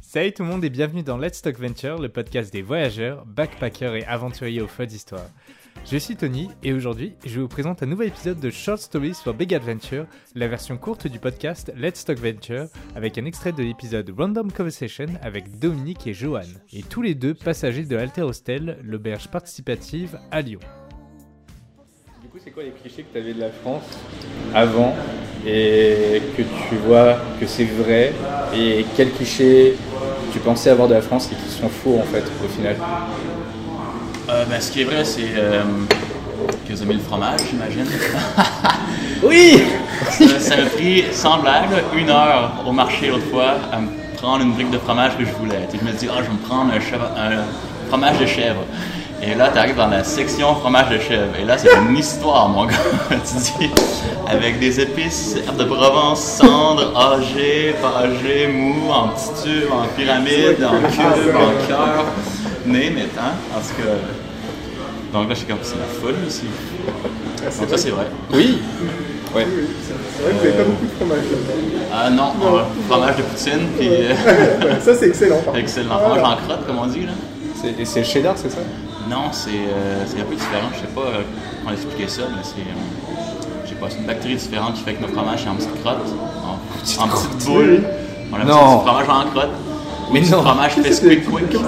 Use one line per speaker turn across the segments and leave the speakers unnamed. Salut tout le monde et bienvenue dans Let's Talk Venture, le podcast des voyageurs, backpackers et aventuriers aux feux d'histoire. Je suis Tony et aujourd'hui, je vous présente un nouvel épisode de Short Stories for Big Adventure, la version courte du podcast Let's Talk Venture, avec un extrait de l'épisode Random Conversation avec Dominique et Johan, et tous les deux passagers de Alter Hostel, l'auberge participative à Lyon. Du coup, c'est quoi les clichés que tu avais de la France avant et que tu vois que c'est vrai et quels clichés tu pensais avoir de la France et qui sont faux en fait au final
Euh, ben, ce qui est vrai, c'est euh, que vous aimez le fromage, j'imagine.
Oui
Ça- Euh, ça m'a pris, sans blague, là, une heure au marché l'autre fois à me prendre une brique de fromage que je voulais. Tu sais, je me dis, ah, je vais me prendre un, chèvre- un fromage de chèvre. Et là, tu arrives dans la section fromage de chèvre. Et là, c'est une histoire, mon gars. tu dis, avec des épices, herbes de Provence, cendre, âgé, pas âgé, mou, en petit tube, en pyramide, en cube, en cœur, name it, hein. En tout cas. Donc là, je suis comme, c'est la folle ici. Donc ça, c'est vrai.
Oui Ouais.
C'est vrai que vous n'avez pas beaucoup de fromage là-dedans.
Ah non, euh, fromage de poutine, puis euh,
Ça, c'est excellent. par contre.
excellent. Fromage en crotte, comme on dit, là.
C'est- Et c'est le cheddar, c'est ça
Non, c'est euh, c'est un peu différent. Je sais pas euh, comment expliquer ça, mais c'est. euh, je sais pas, c'est une bactérie différente qui fait que nos fromages sont en petite crotte, en, en petite boule. On appelle
Non.
ça du fromage en crotte. Mais
Mais
du
non.
fromage fait
Ça, c'est
squeak quick.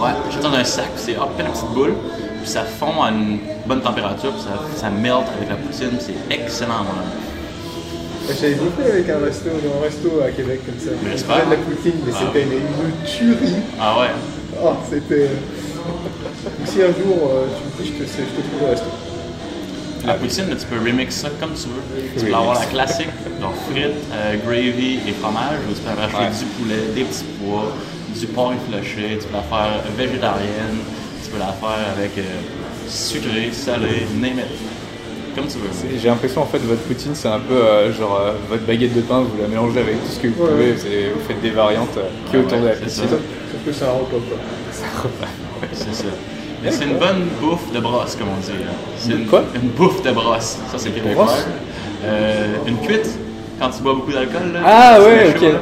Ouais, j'étais dans un sac, puis c'est hop, plein de petites boules, puis ça fond à une bonne température, puis ça, ça melt avec la poutine, puis c'est excellent, mon ami.
J'avais bouffé avec un resto, dans un resto à Québec comme ça.
Mais j'espère.
de la poutine, mais
Ah.
c'était une- une tuerie.
Ah ouais.
Oh, c'était. Si un jour euh, tu me dis, je te, sais- je te trouve au resto.
La poutine, tu peux remix ça comme tu veux. Tu peux
Remix.
avoir la classique, donc frites, euh, gravy et fromage, ou tu peux rajouter
Ouais.
du poulet, des petits pois, du porc effiloché, tu peux la faire végétarienne, tu peux la faire avec euh, sucré, salé, name it. Comme tu veux.
J'ai l'impression en fait votre poutine c'est un peu euh, genre euh, votre baguette de pain, vous la mélangez avec tout ce que vous
Ouais.
pouvez, vous, avez- vous faites des variantes euh, qui est
Ouais,
autour de la
c'est
poutine.
ça.
Sauf que c'est un repas quoi.
C'est ça. Mais c'est une bonne bouffe de brosse, comme on dit. là. C'est
Une
une,
quoi?
une bouffe de brosse. Ça, c'est québécois.
brosse?
Euh, une cuite, quand tu bois beaucoup d'alcool. là,
Ah,
c'est
ouais,
chaud,
ok.
là.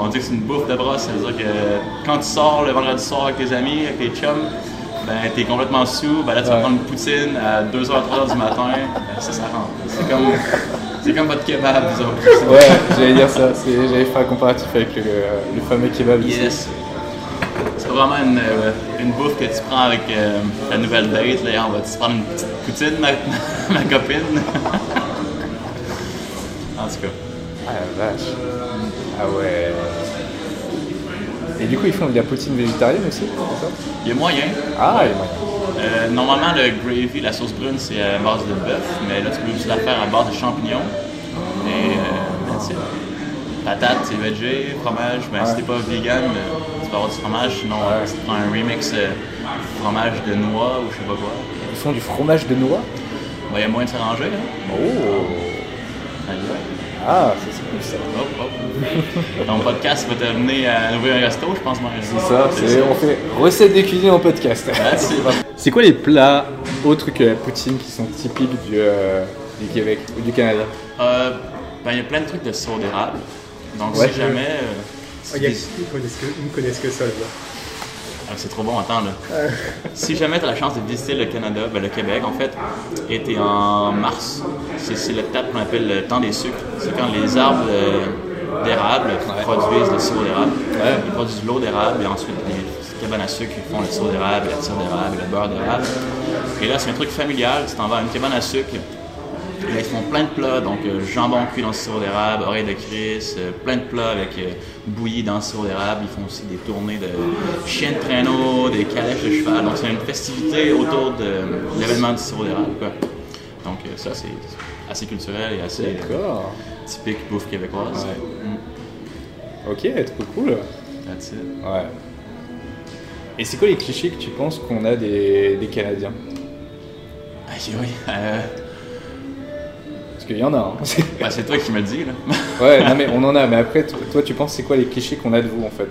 On dit que c'est une bouffe de brosse. Ça veut dire que quand tu sors le vendredi soir avec tes amis, avec tes chums, ben, t'es complètement sous. Ben, là, tu vas
Ouais.
prendre une poutine à 2h, 3h du matin. Ben, ça, ça rentre. C'est comme, c'est comme votre kebab, vous autres.
Ouais, j'allais dire ça, c'est- j'avais fait un comparatif avec le, euh, le fameux kebab ici.
Yes. C'est vraiment une, euh, une bouffe que tu prends avec euh, ta nouvelle date. Là, on va se prendre une petite poutine, ma, ma copine. en tout cas,
Ah la vache. Ah ouais. Et du coup ils font de la poutine végétarienne aussi c'est ça
il y a moyen.
Ah il y a moyen.
Euh, normalement, le gravy, la sauce brune, c'est à base de bœuf, mais là, tu peux aussi la faire à base de champignons. Et euh, that's it. Patates, c'est veggie, fromage. Ben, si t'es pas vegan, euh, tu peux avoir du fromage. Sinon, euh, tu prends un remix euh, fromage de noix ou je sais pas quoi.
Ils font du fromage de noix
Ben, il y a moyen de s'arranger. hein. là.
Oh
Ah, ouais.
Ah, ça, c'est cool ça.
Hop, hop. Ton podcast va t'amener à ouvrir un resto, je pense, Marie.
C'est ça, c'est- on fait recette de cuisine en podcast.
Ah, c'est vrai.
C'est quoi les plats autres que la poutine qui sont typiques du, euh, du Québec ou du Canada
Euh, ben, il y a plein de trucs de sirop d'érable. Donc,
Ouais.
si jamais. euh, si
Ah, Il y a
des-
qui connaissent que, ils ne connaissent que ça là.
Ah, c'est trop bon, attends là. si jamais tu as la chance de visiter le Canada, ben, le Québec en fait, était en mars. C'est c'est l'étape qu'on appelle le temps des sucres. C'est quand les arbres euh, d'érable produisent le sirop d'érable. Ils produisent de l'eau d'érable et ensuite les cabanes à sucre ils font le sirop d'érable, la tire d'érable, le beurre d'érable. Et là, c'est un truc familial. Tu t'en vas à une cabane à sucre. Et là, ils font plein de plats, donc euh, jambon cuit dans le sirop d'érable, oreille de Chris, euh, plein de plats avec euh, bouillie dans le sirop d'érable. Ils font aussi des tournées de chiens de traîneau, des calèches de cheval. Donc c'est une festivité autour de euh, l'événement du sirop d'érable. quoi. Donc euh, ça, c'est assez culturel et assez euh,
D'accord.
typique bouffe québécoise.
Ok, trop cool.
That's it.
Ouais. Et c'est quoi les clichés que tu penses qu'on a des, des Canadiens
Aïe, aïe, euh,
Parce qu'il y en a. hein.
ben, c'est toi qui me le dis, là.
ouais, non mais on en a. Mais après, to- toi, tu penses c'est quoi les clichés qu'on a de vous en fait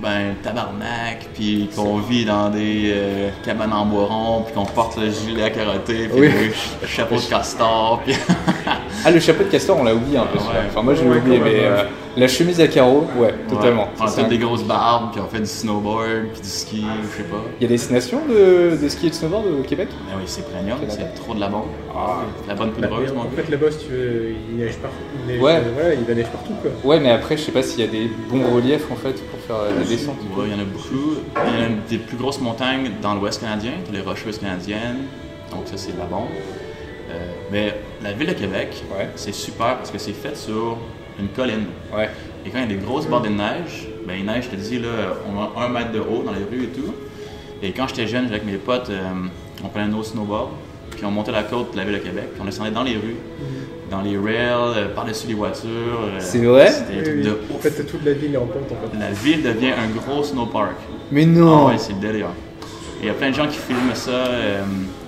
ben tabarnak, puis qu'on vit dans des euh, cabanes en bois rond, puis qu'on porte le gilet à carotté, puis
Oui.
le ch- chapeau de castor, puis
Ah, le chapeau de castor, on l'a oublié un peu. celui-là. Enfin, moi, je l'ai
Ouais,
oublié,
quand même,
mais
ouais.
euh, la chemise à carreaux, ouais, totalement.
On a
Ça, c'est
fait
un-
des grosses barbes, puis on fait du snowboard, puis du ski, ou je sais pas.
Il y a des destinations de, de ski et de snowboard au Québec
Ah oui, c'est premium,
Quel
c'est
bâtard.
trop de la bombe.
Ah.
La bonne poudreuse, mon
Bah, En
gars.
fait, là-bas, si tu veux, il neige partout. Il neige,
Ouais.
euh, voilà, il va neige partout, quoi.
Ouais, mais après, je sais pas s'il y a des bons reliefs en fait pour faire euh, des descentes.
Ouais, il y en a beaucoup. Il y en a des plus grosses montagnes dans l'ouest canadien, t'as les Rocheuses canadiennes, donc ça c'est de la bombe. Euh, mais la ville de Québec,
Ouais.
c'est super parce que c'est fait sur une colline.
Ouais.
Et quand il y a des grosses bordées de neige, ben il neige, je te dis, là, on a un mètre de haut dans les rues et tout. Et quand j'étais jeune, j'étais avec mes potes, euh, on prenait nos snowboards, puis on montait la côte de la ville de Québec, puis on descendait dans les rues, dans les rails, euh, par-dessus les voitures. euh,
C'est vrai?
C'était des
Oui,
trucs
oui.
de
En
ouf.
fait, t'as toute la ville est en pente, en fait.
La ville devient un gros snowpark.
Mais
Ah
non
ouais, c'est le délire. Et il y a plein de gens qui filment ça, euh,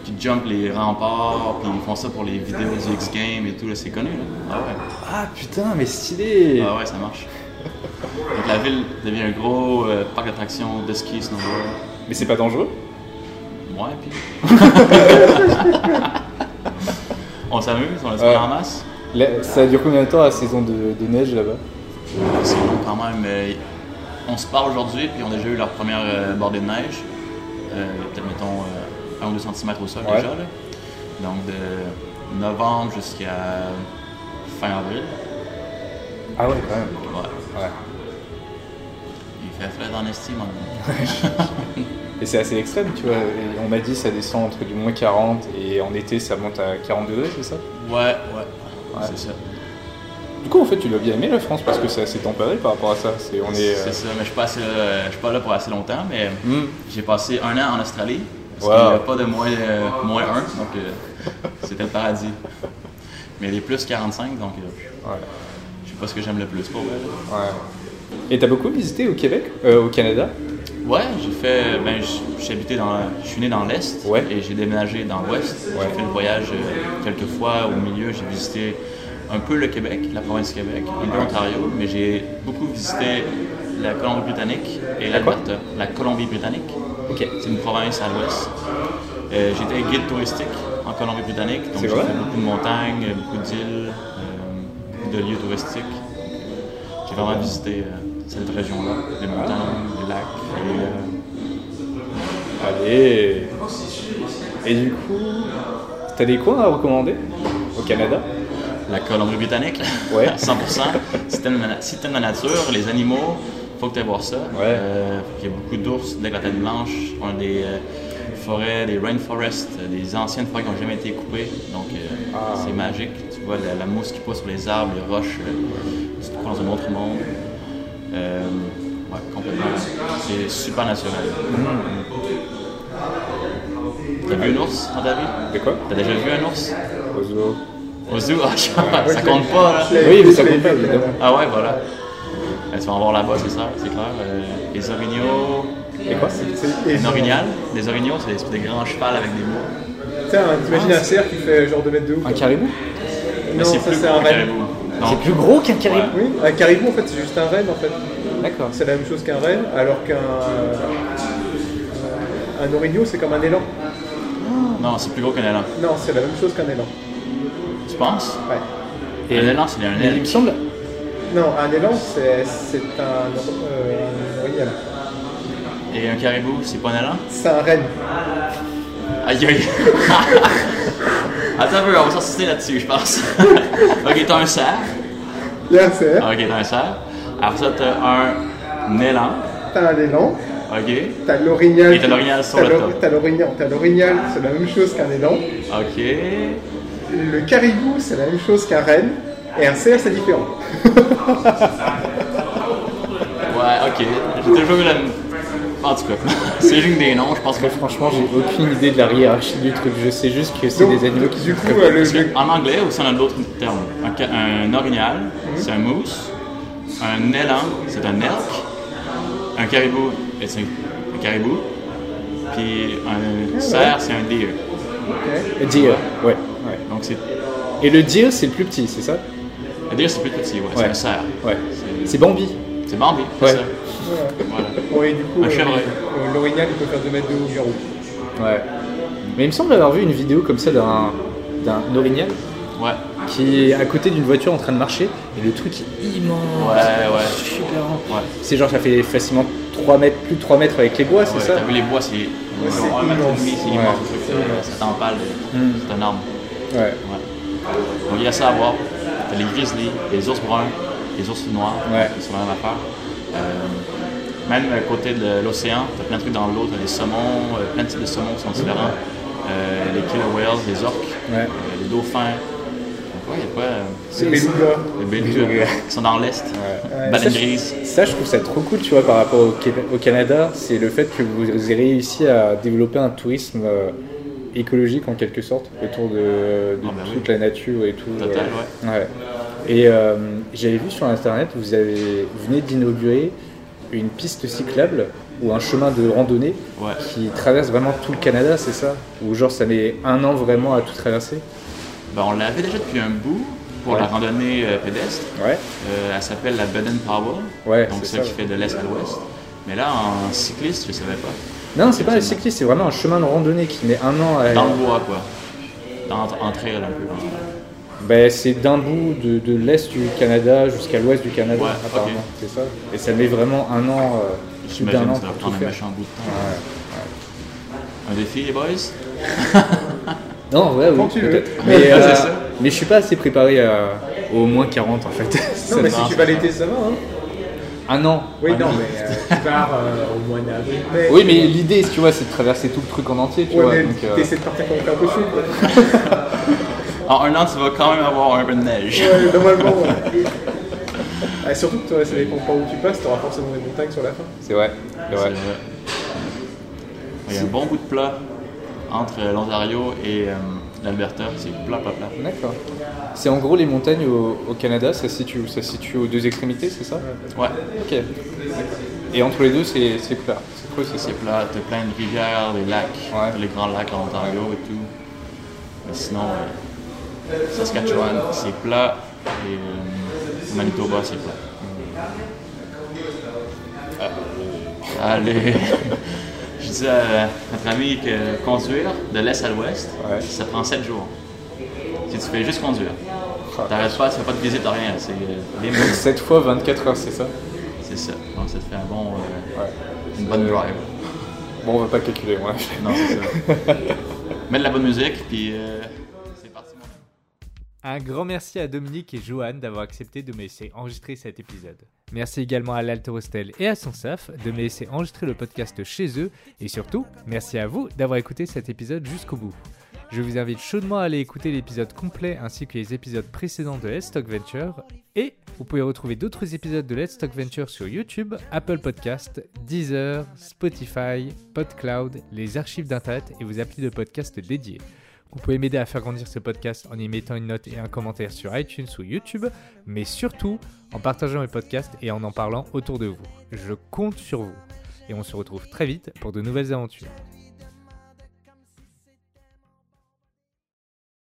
qui jumpent les remparts, puis ils font ça pour les vidéos du X Games et tout, là, c'est connu. Là. Ah ouais.
Ah putain, mais stylé
Ah ouais, ça marche. Donc la ville devient un gros euh, parc d'attractions de ski, snowboard.
Mais c'est pas dangereux
Ouais, puis. on s'amuse, on laisse
Ouais.
pas en masse.
Là, Ça dure combien de temps la saison de, de neige là-bas
C'est long quand même. mais on se parle aujourd'hui, puis on a déjà eu leur première euh, bordée de neige. Euh, Peut-être, mettons, euh, 1 ou 2 cm au sol
Ouais.
déjà. Là. Donc de novembre jusqu'à fin avril.
Ah ouais, quand même.
Ouais.
Ouais.
Il fait frais dans l'estime. hein.
Et c'est assez extrême, tu vois. Et on m'a dit ça descend entre du moins 40 et en été ça monte à 40 degrés, c'est ça
Ouais, ouais.
Ouais.
C'est ça.
Du coup, en fait, tu l'as bien aimé la France parce que c'est assez tempéré par rapport à ça. C'est, on est, euh,
C'est ça, mais je suis, pas assez- euh, je suis pas là pour assez longtemps, mais
hmm.
j'ai passé un an en Australie. Parce
Wow.
qu'il n'y a pas de moins, euh, moins un, donc euh, c'était le paradis. Mais les plus 45, donc euh,
Ouais.
je sais pas ce que j'aime le plus pour vrai, là.
Ouais. Et t'as beaucoup visité au Québec, euh, au Canada
Ouais, j'ai fait. Ben, je- j'ai habité dans. Je suis né dans l'Est
Ouais.
et j'ai déménagé dans l'Ouest.
Ouais.
J'ai fait le voyage euh, quelques fois au milieu. J'ai visité un peu le Québec, la province du Québec, un peu l'Ontario, mais j'ai beaucoup visité la Colombie-Britannique et
quoi?
l'Alberta. La Colombie-Britannique.
Ok.
C'est une province à l'ouest. Euh, J'étais guide touristique en Colombie-Britannique, donc
C'est
j'ai
vrai?
fait beaucoup de montagnes, beaucoup d'îles, euh, beaucoup de lieux touristiques. J'ai vraiment visité euh, cette région-là, les montagnes, les lacs. Et, euh,
Allez Et du coup, t'as des coins à recommander au Canada
la Colombie-Britannique,
Ouais.
à 100%. si t'aimes la, na- si t'aimes la nature, les animaux, faut que tu voir ça. Euh, Il y a beaucoup d'ours, de la tête blanche, on a des euh, forêts, des rainforests, euh, des anciennes forêts qui n'ont jamais été coupées. Donc euh,
Ah.
c'est magique. Tu vois la, la mousse qui pousse sur les arbres, les roches, euh, tu te crois dans un autre monde. Euh, ouais, complètement. C'est super naturel. T'as vu un ours dans ta vie?
De quoi
T'as déjà vu un ours?
Au zoo.
Au zoo? Ah, ça compte pas là!
Oui, mais ça
Je l'ai
compte pas,
vu,
évidemment.
Ah ouais, voilà. Elles sont en voir là-bas, c'est ça, c'est clair. Euh, les orignaux.
Et quoi
C'est- et-
Un orignal. Les orignaux, c'est des espèces de grands chevals avec des mots.
Tiens, t'imagines un cerf qui fait genre 2 mètres de haut. quoi.
Un caribou
Non,
c'est
ça
plus
c'est
gros
un
qu'un
renne.
caribou. Donc,
gros qu'un caribou
Oui, un caribou en fait c'est juste un renne en fait.
D'accord.
C'est la même chose qu'un renne, alors qu'un euh, un origno c'est comme un élan.
non, c'est plus gros qu'un élan.
Non, c'est la même chose qu'un élan.
Tu penses
Ouais.
Et-
Un élan, c'est un
Mais il
aigle.
me semble...
Non, un élan c'est c'est un, euh, un orignal.
Et un caribou, c'est pas un élan
C'est un renne.
Aïe aïe Attends un peu, on va s'insister là-dessus, je pense. ok, t'as un cerf.
Il y a un cerf,
Ok, t'as un cerf. Après ça, t'as un élan.
t'as un élan,
Ok.
t'as l'orignal.
Et t'as l'orignal sur
t'as
le
l'or-
top.
T'as l'orignal, t'as l'orignal, c'est la même chose qu'un élan.
Ok.
Le caribou c'est la même chose qu'un renne. Et un cerf c'est différent.
Ouais, ok. J'ai toujours eu la. En tout cas, c'est juste des noms, je pense que.
Franchement, j'ai aucune idée de la hiérarchie du truc. Je sais juste que c'est
Donc,
des animaux qui
du
sont
coup
très-
euh, le,
Parce
le-
que En anglais aussi, on a d'autres termes. Un, ca- un orignal, c'est un mousse. Un élan, c'est un elk. Un caribou, eh, c'est un, un caribou. Puis un cerf, c'est un deer.
Le deer. Ouais. ouais.
Donc c'est.
Et le deer, c'est le plus petit, c'est ça
Un deer, c'est plus petit, ouais, c'est
Ouais.
un cerf.
Ouais.
C'est-
C'est Bambi.
C'est Bambi, c'est
Ouais.
ça. Voilà.
Ouais, du coup,
Un chevreuil.
euh, l'orignal il peut faire 2 mètres de haut environ.
Ouais. Mais il me semble avoir vu une vidéo comme ça d'un d'un orignal
Ouais,
qui est à côté d'une voiture en train de marcher. Et le truc est immense.
ouais, ouais.
Super grand.
ouais.
C'est genre, ça fait facilement 3 mètres, plus de 3 mètres avec les bois, c'est
Ouais,
ça
T'as vu les bois, c'est
c'est
un mètre
immense.
et demi, c'est
Ouais.
immense. le truc, euh, Ça t'empale,
Mm.
c'est énorme.
Ouais.
Ouais. Donc il y a ça à voir. T'as les grizzlies, les ours bruns, les ours noirs,
Ouais.
qui sont la même affaire. Euh, même euh, côté de l'océan, t'as plein de trucs dans l'eau, t'as les saumons, euh, plein de types de saumons qui sont différents. Euh, les killer whales, les orques,
Ouais.
euh, les dauphins. Donc, ouais, il y a pas. euh,
C'est beluga.
les belugas qui sont dans l'Est,
Ça,
baleines
je-
grises.
Ça, je trouve ça trop cool, tu vois, par rapport au, Québec- au Canada. C'est le fait que vous ayez réussi à développer un tourisme euh, écologique, en quelque sorte, autour de, de
Ah bah oui.
toute la nature et tout.
Total,
euh, ouais. Et euh, j'avais vu sur Internet, vous, avez, vous venez d'inaugurer une piste cyclable ou un chemin de randonnée
Ouais.
qui traverse vraiment tout le Canada, c'est ça Ou genre, ça met un an vraiment à tout traverser
Ben, on l'avait déjà depuis un bout pour
Ouais.
la randonnée euh, pédestre.
Ouais.
Euh, elle s'appelle la Baden Powell.
Ouais,
donc
c'est
celle
ça,
qui
ouais.
fait de l'est à l'ouest. Mais là, en cycliste, je savais pas.
Non, c'est pas un cycliste, c'est vraiment un chemin de randonnée qui met un an à...
Dans le bois, quoi. Dans, en trail un peu.
Ben, c'est d'un bout de, de l'est du Canada jusqu'à l'ouest du Canada,
Ouais,
apparemment,
ok.
c'est ça. Et ça met vraiment un an, euh, plus d'un
J'imagine
an
que ça va
pour tout
prendre un
faire.
méchant bout de temps. Un défi, les boys
Non, ouais, oui,
tu veux.
peut-être. Mais,
Ouais,
euh,
c'est ça.
mais je suis pas assez préparé à, au moins 40 en fait. Ça
Non, mais
me-
si tu vas l'été, ça va. Hein.
Un an.
Oui,
un
non,
an.
mais euh, tu pars euh, au mois d'avril. Mais,
Oui, mais l'idée, tu vois, c'est de traverser tout le truc en entier, tu
ouais,
vois.
mais
donc, euh,
t'essaies de partir comme un cochon.
En un an, tu vas quand même avoir un peu de neige.
Ouais, normalement. ouais. Ah, surtout que toi, ça dépend pas où tu passes, t'auras forcément des montagnes sur la fin.
C'est vrai. c'est vrai.
C'est vrai. Il y a un bon bout de plat entre l'Ontario et euh, l'Alberta. C'est plat, plat, plat.
D'accord. C'est en gros les montagnes au, au Canada, ça se situe, où ça se situe aux deux extrémités, c'est ça
Ouais,
Ok. Et entre les deux, c'est c'est plat. C'est creux, c'est ça.
c'est plat. T'as plein de rivières, des lacs,
Ouais.
t'as les grands lacs en Ontario et tout. Mais sinon, euh, Saskatchewan, c'est plat. Et euh, Manitoba, c'est plat. Ah. Allez! Je disais à notre ami que conduire de l'est à l'ouest,
Ouais.
ça prend 7 jours. Si tu fais juste conduire, t'arrêtes pas, tu fais pas de visite, t'as rien, c'est euh, les mots.
7 fois 24 heures, c'est ça
C'est ça. Donc ça te fait un bon, euh,
Ouais.
une bonne
Euh,
drive.
Bon, on va pas calculer, moi.
Non, c'est ça. Mets de la bonne musique, puis euh, c'est parti. mon gars.
Un grand merci à Dominique et Johan d'avoir accepté de me laisser enregistrer cet épisode. Merci également à l'Alterostel et à son SAF de me laisser enregistrer le podcast chez eux et surtout, merci à vous d'avoir écouté cet épisode jusqu'au bout. Je vous invite chaudement à aller écouter l'épisode complet ainsi que les épisodes précédents de Let's Talk Venture et vous pouvez retrouver d'autres épisodes de Let's Talk Venture sur YouTube, Apple Podcast, Deezer, Spotify, PodCloud, les archives d'Internet et vos applis de podcast dédiés. Vous pouvez m'aider à faire grandir ce podcast en y mettant une note et un commentaire sur iTunes ou YouTube, mais surtout en partageant mes podcasts et en en parlant autour de vous. Je compte sur vous. Et on se retrouve très vite pour de nouvelles aventures.